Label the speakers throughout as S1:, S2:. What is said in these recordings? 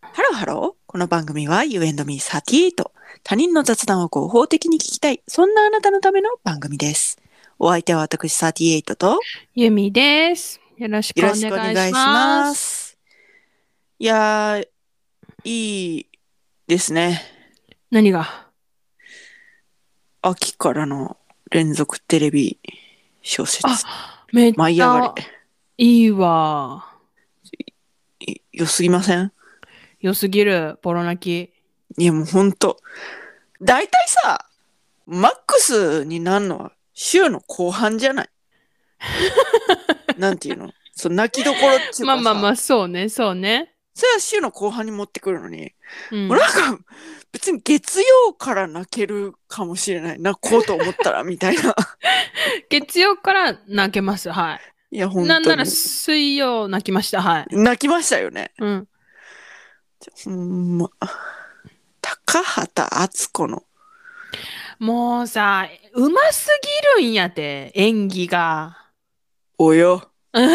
S1: ハロー。この番組は You and me38。他人の雑談を合法的に聞きたい。そんなあなたのための番組です。お相手は私38とよ
S2: ゆみです。よろしくお
S1: ろ
S2: 願い
S1: しく
S2: し
S1: お願い
S2: ます。
S1: します。いやー、いいですね。
S2: 何が
S1: 秋からの連続テレビ小説。
S2: あ、めっ
S1: 舞い
S2: ち
S1: 上
S2: ゃ
S1: がれ。
S2: いいわ。
S1: い良すぎません
S2: 良すぎる、ボロ泣き。
S1: いやもうほんと。大体さ、マックスになるのは週の後半じゃ ないなんていうのその泣きどころっていう
S2: ま
S1: かさ
S2: あまあまあ、そうね、そうね。
S1: それは週の後半に持ってくるのに、
S2: うん
S1: もうなんか別に月曜から泣けるかもしれない泣こうと思ったらみたい な
S2: 月曜から泣けます、はい
S1: や
S2: い。
S1: 本当
S2: な
S1: に
S2: んなら水曜泣きました、はい。
S1: 泣きましたよね
S2: うん。
S1: ほんま高畑敦子の
S2: もうさ、うますぎるんやて、演 技が。
S1: 「およ」
S2: 言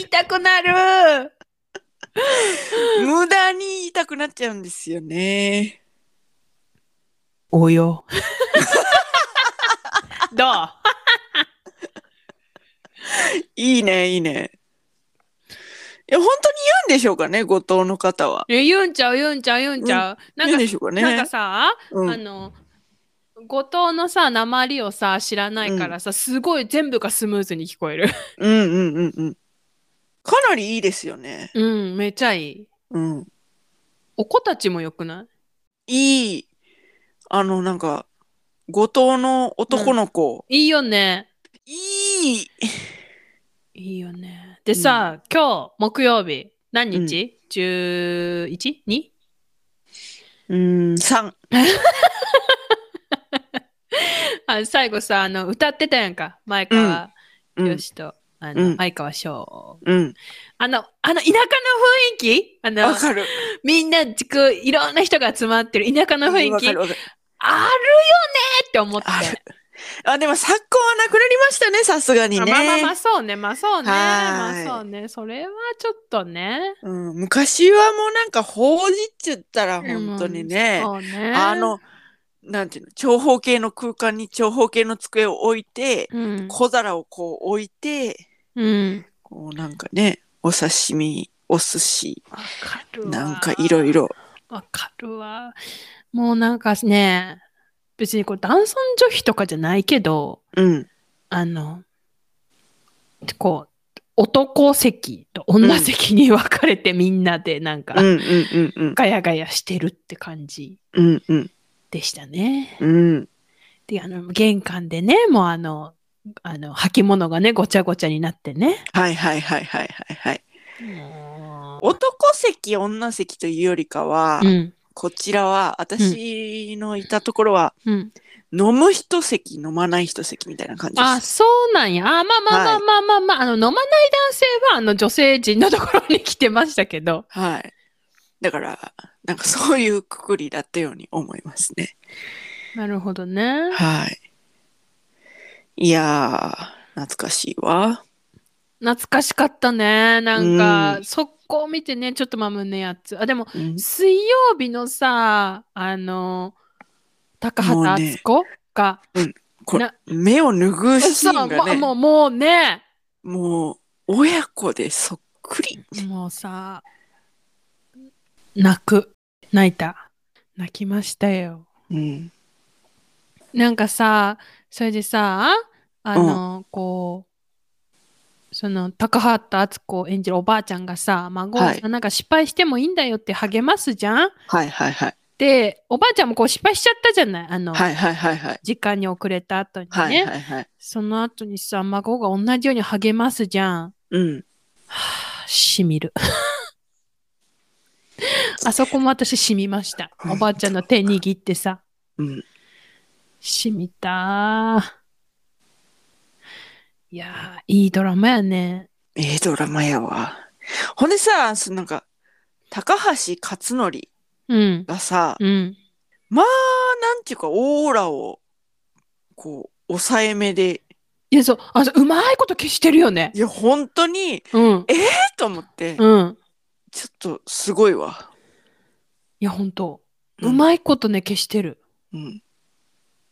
S2: いたくなる。
S1: 無駄に言いたくなっちゃうんですよね
S2: およ。 どう
S1: いいね、いいね。いや、本当に言うんでしょうかね、後藤の方は。
S2: え言うんちゃう言うんちゃう言うんちゃう、な
S1: 言
S2: ん
S1: うん
S2: か
S1: でしょうかね。
S2: なんかさ、
S1: うん
S2: あの後藤のさ鉛をさ知らないからさ、すごい全部がスムーズに聞こえる
S1: うんうんうんうん。かなりいいですよね。
S2: うんめちゃいい
S1: うん。
S2: お子たちもよくない
S1: いい、あの、なんか、後藤の男の子。
S2: いいよね
S1: いい、
S2: いいよねでさ、今日木曜日何日、?11?2?
S1: うん、さん。
S2: あ最後さあの歌ってたやんか前川
S1: うん
S2: よしと、あの
S1: うん
S2: 相川翔
S1: うん、
S2: あのあの田舎の雰囲気あの
S1: わかる。
S2: みんな、地区、いろんな人が集まってる田舎の雰囲
S1: わ
S2: 気、あ
S1: か
S2: る
S1: る
S2: よね
S1: わかる。
S2: って思って。
S1: ある。あ、でも、昨今はなくなりましたね、さすがにね。
S2: まあまあまあ、そうね、まあそうね、
S1: は
S2: ま
S1: ーい
S2: あそうね。それはちょっとね。
S1: うん、昔はもうなんか、法事っちゅったら、本当にね。
S2: そうね。
S1: あ、の、なんていうの、長方形の空間に長方形の机を置いて、
S2: うん。
S1: 小皿をこう置いて、
S2: うん。
S1: こうなんかね、お刺身、お寿司、
S2: わかるわ。
S1: なんかいろい。ろ。
S2: わかるわ。もうなんかね、別にこう、男尊女卑とかじゃないけど、
S1: うん。
S2: あの、こう、男席と女席に分かれてみんなでなんか、
S1: うんうんうんうん。
S2: ガヤガヤしてるって感じ
S1: うんうん
S2: でしたね。
S1: うん。
S2: で、あの、玄関でね、もうあの、あの、履物がね、ごちゃごちゃになってね。
S1: はいはいはいはいはいはい。
S2: も
S1: 男席、女席というよりかは、
S2: ううん。
S1: こちらは、私のいたところは、
S2: うん。
S1: 飲む人席、飲まない人席みたいな感じで
S2: あ、
S1: す。
S2: そうなんや。あ、まあまあまあまあまあまあ、あの、飲まない男性は、あの、女性陣のところに来てましたけど。
S1: はい。だから、なんかそういうくくりだったように思いますね。
S2: なるほどね。
S1: はい。いやー、懐かしいわ。
S2: 懐かしかったね。なんか
S1: う、
S2: 速攻見てね、ちょっとまあ胸やつ。あ、でも、
S1: うん
S2: 水曜日のさ、あの、高
S1: もう
S2: 畑
S1: ね
S2: 敦子が、
S1: これ
S2: な
S1: 目を拭うシー
S2: そう
S1: ンがね、
S2: も
S1: も
S2: う、もうね、
S1: う親子でそっくり。
S2: もうさ、泣く。泣いた。泣きましたよ。
S1: うん。
S2: なんかさ、それでさ、あの、こう、その、高畑敦子を演じるおばあちゃんがさ、孫をさ、
S1: はい
S2: なんか失敗してもいいんだよって励ますじゃん
S1: はいはいはい。
S2: で、おばあちゃんもこう失敗しちゃったじゃないあの、
S1: はいはいはいはい。
S2: 時間に遅れた後にね。
S1: はいはいはい。
S2: その後にさ、孫が同じように励ますじゃん。
S1: うん。
S2: しみる。あそこも私しみました。おばあちゃんの手握ってさ、
S1: うん。
S2: しみたー。いやー、いいドラマやね。
S1: ええドラマやわ。ほんでさ、そのなんか、高橋克典
S2: うん。
S1: がさ、
S2: うん。
S1: まあ、なんていうか、オーラを、こう、抑えめで、
S2: いや、そう、あ、そううまいこと消してるよね。
S1: いや、本当に、
S2: うん。
S1: えっと思って、
S2: うん。
S1: ちょっとすごいわ。
S2: いや本当
S1: うん
S2: うまいことね消してる
S1: うん、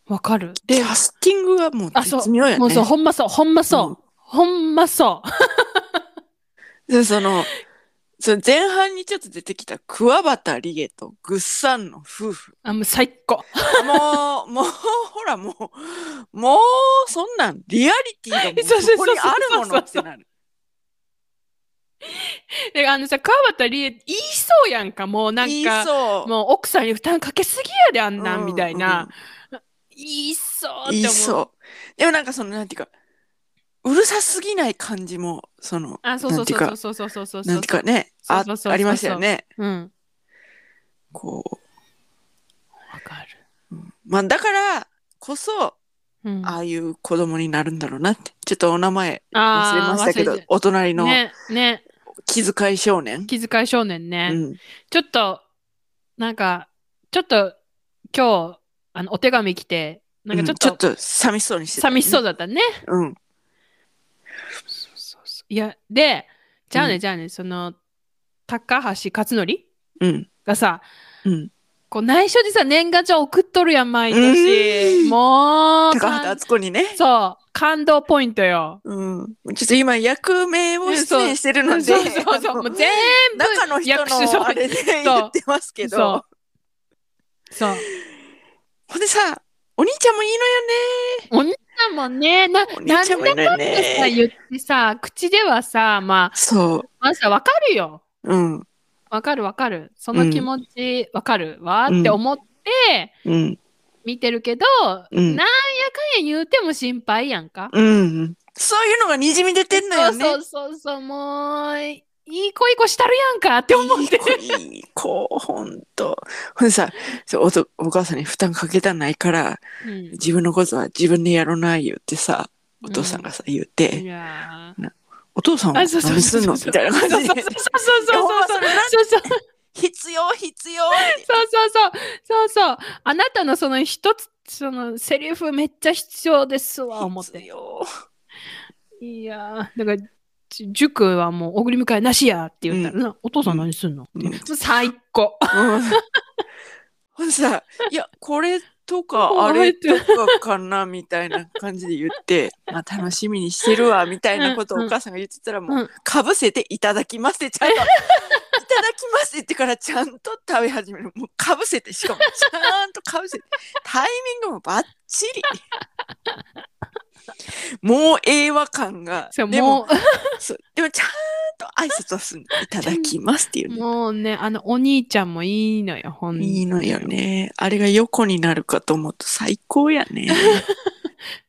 S2: わかる
S1: キ
S2: で
S1: ャスティングはもう
S2: あそう
S1: 絶妙やね
S2: もうそうほんまそうほんまそう、
S1: うん
S2: ほんまそう
S1: でそのその前半にちょっと出てきた桑畑リゲとグッサンの夫婦
S2: あもう最高
S1: もうもうほらもうもうそんなんリアリティがもう
S2: そうそうそう
S1: そこにあるものってなる
S2: であのさ川端理恵言いそうやんかもうなん
S1: 言い
S2: か
S1: そう
S2: もう奥さんに負担かけすぎやであんなんみたいな、言いそうって思う
S1: 言いそうでもなんかそのなんていうかうるさすぎない感じもその
S2: あそう
S1: な
S2: そ
S1: ん
S2: う
S1: ていう
S2: そ
S1: か
S2: うそうそうそうそうそう
S1: なんていうかねあ
S2: そうそうそうそう
S1: ありましたよね
S2: うん
S1: こ
S2: わかる
S1: う、うんまあだからこそ
S2: うん
S1: ああいう子供になるんだろうなってちょっとお名前忘れ
S2: あー
S1: ましたけ
S2: 忘
S1: ど
S2: れて
S1: お隣の
S2: ねね
S1: 気遣い少年、
S2: 気遣い少年ね、
S1: うん、
S2: ちょっとなんかちょっと今日あのお手紙来てなんかちょっと,、
S1: うん寂しそうにしてたね、
S2: 寂しそうだったね
S1: うん
S2: そうそうそういやでじゃあね、
S1: うん
S2: じゃあねその高橋克典
S1: うん
S2: がさ
S1: うん
S2: こう内緒でさ年賀状送っとるやん毎年
S1: うん
S2: も う
S1: 高畑
S2: かん
S1: 敦子にね
S2: そう感動ポイントよ
S1: うん、ちょっと今役名を出演してるの
S2: そう
S1: で
S2: そうそうもう全部
S1: 中の人
S2: 役所
S1: のあれで言ってますけ
S2: そ
S1: ど
S2: うそう
S1: ほんでさお兄ちゃんもいいのよ
S2: お兄ちゃんもねな
S1: ねお
S2: な
S1: 兄
S2: ん
S1: ち
S2: で
S1: ゃんもいいのよ
S2: ってさ
S1: ね
S2: 言ってさ口ではさまあ
S1: そ
S2: まあさわかるよ
S1: ううん
S2: わかるわかる。その気持ちわかるわ
S1: うん
S2: って思って
S1: うん
S2: 見てるけど、
S1: うん
S2: なんやかんや言うても心配やんか。
S1: うんそういうのがにじみ出てんのよね
S2: そうそうそうそう、もう、いい子いい子したるやんかって思って。
S1: いい子ほんとほんでさそうおとお母さんに負担かけたないから
S2: うん
S1: 自分のことは自分でやろな言ってさお父さんがさ言っ
S2: う
S1: て、
S2: んいや
S1: お父さん
S2: ー
S1: は
S2: あそうそう
S1: 何す
S2: そうんそ
S1: の
S2: う
S1: み
S2: そう
S1: たいな感じ
S2: そう
S1: で
S2: そうそうそう
S1: ほんまそれな
S2: そうそうそう
S1: 必要必要
S2: そうそうそうそうあなたのその一つそのセリフめっちゃ必要ですわ思っ
S1: 必
S2: て
S1: 要
S2: いやーだからじ塾はもう送り迎えなしやって言ったらな、お父さん何すんの、
S1: うん
S2: 最高
S1: うん ほんでさ「いやこれとか
S2: 怖
S1: あ
S2: い
S1: れとかかな」みたいな感じで言って 「まあ、楽しみにしてるわ」みたいなこと
S2: うん
S1: をお母さんが言ってたらもう、
S2: うん
S1: かぶせて「いただきます」ってちゃん と「いただきます」って言ってからちゃんと食べ始めるもうかぶせてしかもちゃんとかぶせてタイミングもばっち り。もうええわ感が
S2: そう
S1: でも
S2: もう
S1: そうでもちゃんと挨拶をするいただきますっていうね
S2: もうねあのお兄ちゃんもいいのよほんと
S1: いいのよね。あれが横になるかと思うと最高や ね。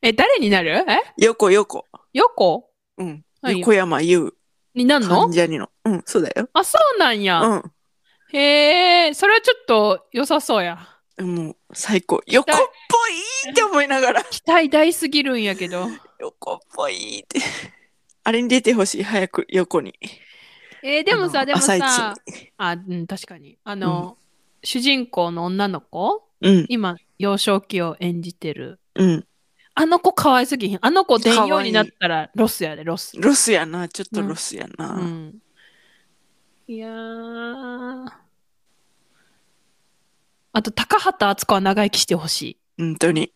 S2: え誰になるえ
S1: 横横。
S2: 横
S1: うん。
S2: はい
S1: 横山優。
S2: になんの
S1: 関ジャニの。うん、そうだよ。
S2: あそうなんや、
S1: う
S2: へえそれはちょっと良さそうや
S1: ん。もう最高。横っぽいって思いながら。
S2: 期待大すぎるんやけど
S1: 横っぽいって。 あれに出てほしい。早く横に。
S2: えーでも
S1: あ
S2: さ
S1: の
S2: でも
S1: 朝
S2: さ
S1: 一
S2: あうん確かにあの、主人公の女の子
S1: に。
S2: 今幼少期を演じてる
S1: うん。うん。
S2: あの子可愛すぎひん。あの子出ん
S1: 可
S2: よう
S1: 愛い
S2: になったらロスやで、ロス。
S1: ロスやな。ちょっとロスや
S2: う
S1: な。
S2: ん。いやー。あと、高畑敦子は長生きしてほしい。
S1: 本当 に。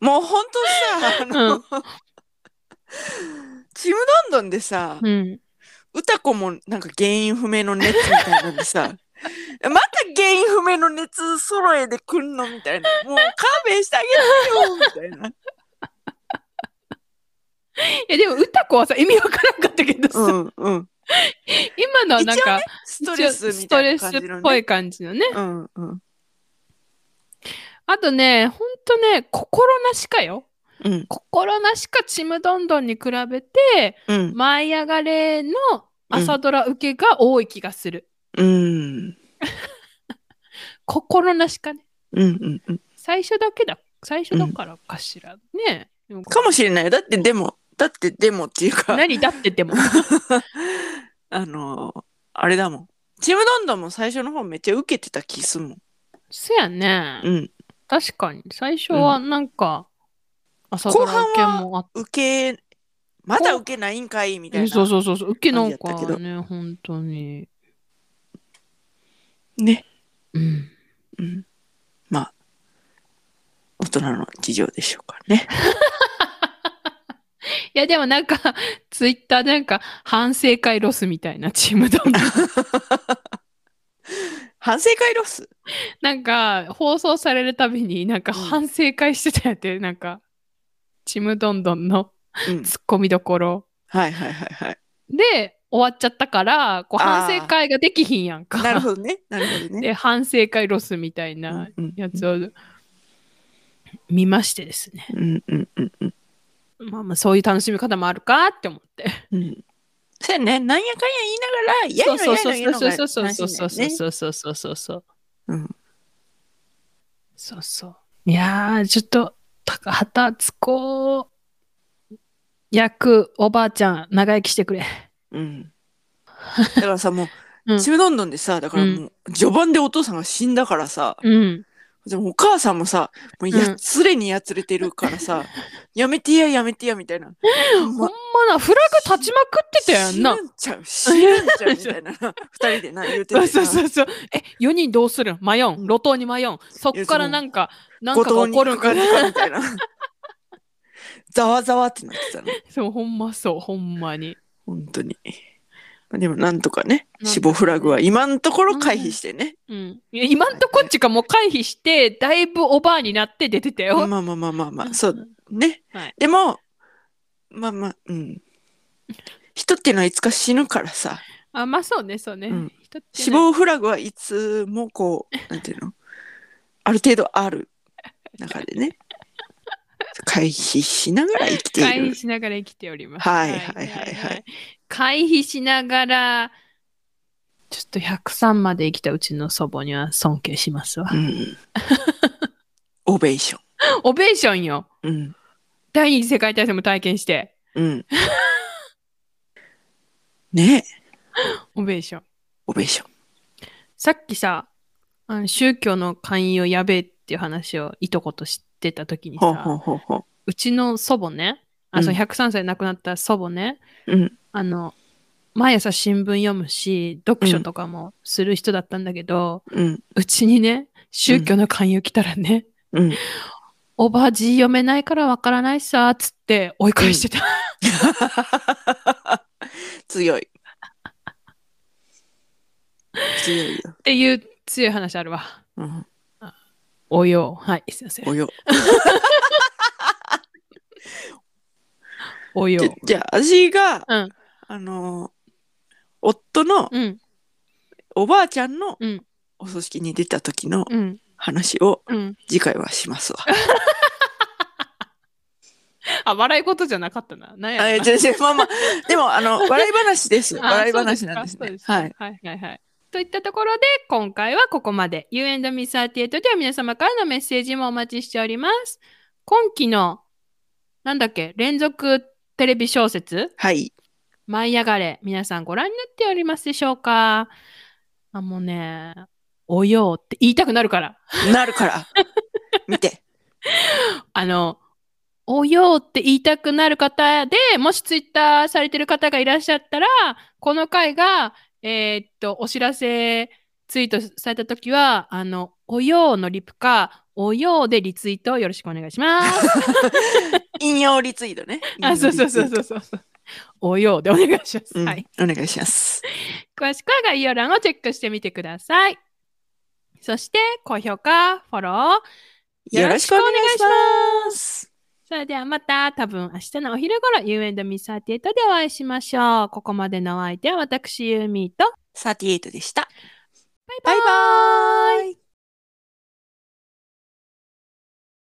S1: もう本当さ、あの、 ちむどんどんでさ、
S2: うん。
S1: 歌子もなんか原因不明の熱みたいなんで さまた原因不明の熱揃えでくんのみたいなもう勘弁してあげてよみたいな、
S2: え、でも、歌子はさ、意味わからんかったけどさ、
S1: うんうん、
S2: 今のはなんか、
S1: ストレスみ
S2: ス
S1: た
S2: ト
S1: い
S2: レ
S1: な
S2: ス
S1: 感じの
S2: っ
S1: ね
S2: ぽい感じのね。
S1: うんうん
S2: あとね、ほんとね、心なしかよ。
S1: うん
S2: 心なしかちむどんどんに比べて、
S1: うん
S2: 舞い上がれの朝ドラ受けが多い気がする。
S1: うん
S2: 心なしかね。
S1: うんうんうん
S2: 最初だけだ最初だからかしら、ねでも
S1: かもしれないよだってでもだってでもっていうか
S2: 何だってでも
S1: あのーあれだもんちむどんどんも最初の方めっちゃ受けてた気すんもん
S2: そやね、
S1: うん
S2: 確かに最初はなんか、朝ド
S1: 後
S2: ラ
S1: 半
S2: 受け
S1: は
S2: もあっ
S1: 受けまだ受けないんかいみたい
S2: て
S1: な
S2: そうそうそうそう受けなん
S1: 感じやった
S2: か
S1: けど
S2: ね本当に
S1: ね。
S2: うん。
S1: うん。まあ、大人の事情でしょうかね。
S2: いや、でもなんか、 ツイッターでなんか、反省会ロスみたいなチームだ な。
S1: 反省会ロス
S2: なんか、放送されるたびに、なんか
S1: うん
S2: 反省会してたやって、なんか、ちむどんどんの
S1: うん。
S2: ツッコミどころ。
S1: はいはいはいはい。
S2: で、終わっちゃったから、こう
S1: あー
S2: 反省会ができひんやんか。
S1: なるほどね。なるほどね。
S2: で、反省会ロスみたいな
S1: うん
S2: やつを見ましてですね。
S1: うんうんうんうん。
S2: まあまあ、そういう楽しみ方もあるかって思って。
S1: うん。そうやね。なんやかんや言いながら、やい
S2: そ
S1: のや
S2: う
S1: い
S2: そう
S1: のやいのが
S2: そうそうそうそう
S1: 楽しいんだよね
S2: そうそうそうそうそうそう。
S1: うん。
S2: そうそう。いやー、ちょっと、高畑敦子役おばあちゃん、長生きしてくれ。
S1: うん。だからさ、も
S2: う
S1: う、
S2: ん
S1: ちむどんどんでさ、だからもう、序盤でお父さんが死んだからさ、
S2: うん。
S1: でもお母さんもさ、もうやつれにやつれてるからさ、やめてや、やめてや、みたいな。ほん
S2: ほ
S1: ま
S2: んまな、フラグ立ちまくってたやんな
S1: 死。ぬんちゃう、死ぬんちゃう、みたいな。二人でな、言うて
S2: そう
S1: て
S2: そう
S1: さ
S2: そうそう。え、4人どうするんマヨン、路頭にマヨン。そっからなんか、なん
S1: 後
S2: かが
S1: 藤
S2: 起
S1: に
S2: こるん
S1: 行か
S2: かな
S1: れ。たみたいな。ざわざわってなってたの。
S2: そう、ほんまそう、ほんまに。
S1: 本当に。まあでも、なんとかね、
S2: なんとかね
S1: 死亡フラグは今のところ回避してね。
S2: うん。いや今んとこっちがもう回避して、だいぶおばあになって出てたよ。
S1: まあまあまあまあまあ、そうね、
S2: はい
S1: でもまあまあうん人っていうのはいつか死ぬからさ
S2: あ、まあそうね、そうね。
S1: うん
S2: 人ってね
S1: 死亡フラグはいつもこうなんていうのある程度ある中でね回避しながら生きてい
S2: 回避
S1: る
S2: しながら生きております。
S1: はいはいはいはい。
S2: 回避しながら、ちょっと103まで生きたうちの祖母には尊敬します わ
S1: う。んオベーショ
S2: オベーションよ。
S1: ンうん
S2: 第二次世界大戦も体験して、
S1: うんねえ
S2: オベーション。
S1: オベーション
S2: さっきさ、あの宗教の勧誘やべえっていう話をいとこと知ってた時にさ、
S1: ほうほうほうほ
S2: うちの祖母ね、あ
S1: うん
S2: そう103歳で亡くなった祖母ね、
S1: ううん
S2: あの、毎朝新聞読むし、読書とかもする人だったんだけど、
S1: うん
S2: うちにね、宗教の勧誘来たらね、
S1: うん
S2: おばあ字読めないからわからないさ、つって追い返してた。
S1: 強い。強いよ。
S2: っていう強い話あるわ。
S1: うん、
S2: およう。はい、すいません
S1: お。よ。
S2: およ
S1: じゃじゃあ、私が、
S2: う。うん。
S1: あのー夫の
S2: うん。
S1: おばあちゃんの
S2: うん。
S1: お葬式に出た時の
S2: うん。
S1: 話を
S2: うん。
S1: 次回はしますわ。
S2: あ、笑い事じゃなかったな。なん や
S1: あ
S2: ろ
S1: え
S2: な
S1: じゃあじゃあまあ まあ、でも、あの、笑い話です。
S2: あ
S1: 笑い話なんです
S2: そう
S1: ね
S2: で。すか
S1: は
S2: そう
S1: い
S2: で。すはいはいはい。といったところで今回はここまで U&Me38 では皆様からのメッセージもお待ちしております。今期のなんだっけ連続テレビ小説
S1: はい。
S2: 「舞い上がれ」皆さんご覧になっておりますでしょうかあもうね「およう」って言いたくなるから
S1: なる から。見て。
S2: あの「およう」って言いたくなる方でもしツイッターされてる方がいらっしゃったらこの回がえーっとお知らせツイートされた時はあの「およう」のリプか「およう」でリツイートよろしくお願い します。
S1: 引用リツイートね。
S2: あそうそうそうそうそうそう。おようでお願いします。
S1: うん
S2: はい。
S1: お願いします。
S2: 詳しくは概要欄をチェックしてみてください。そして、高評価、フォロー、
S1: よろしくお願いし
S2: す。
S1: ます。
S2: それではまた、多分明日のお昼ごろ、U&Me38 でお会いしましょう。ここまでのお相手は私、ユーミーと、
S1: 38でした。
S2: バイバ
S1: バイバーイ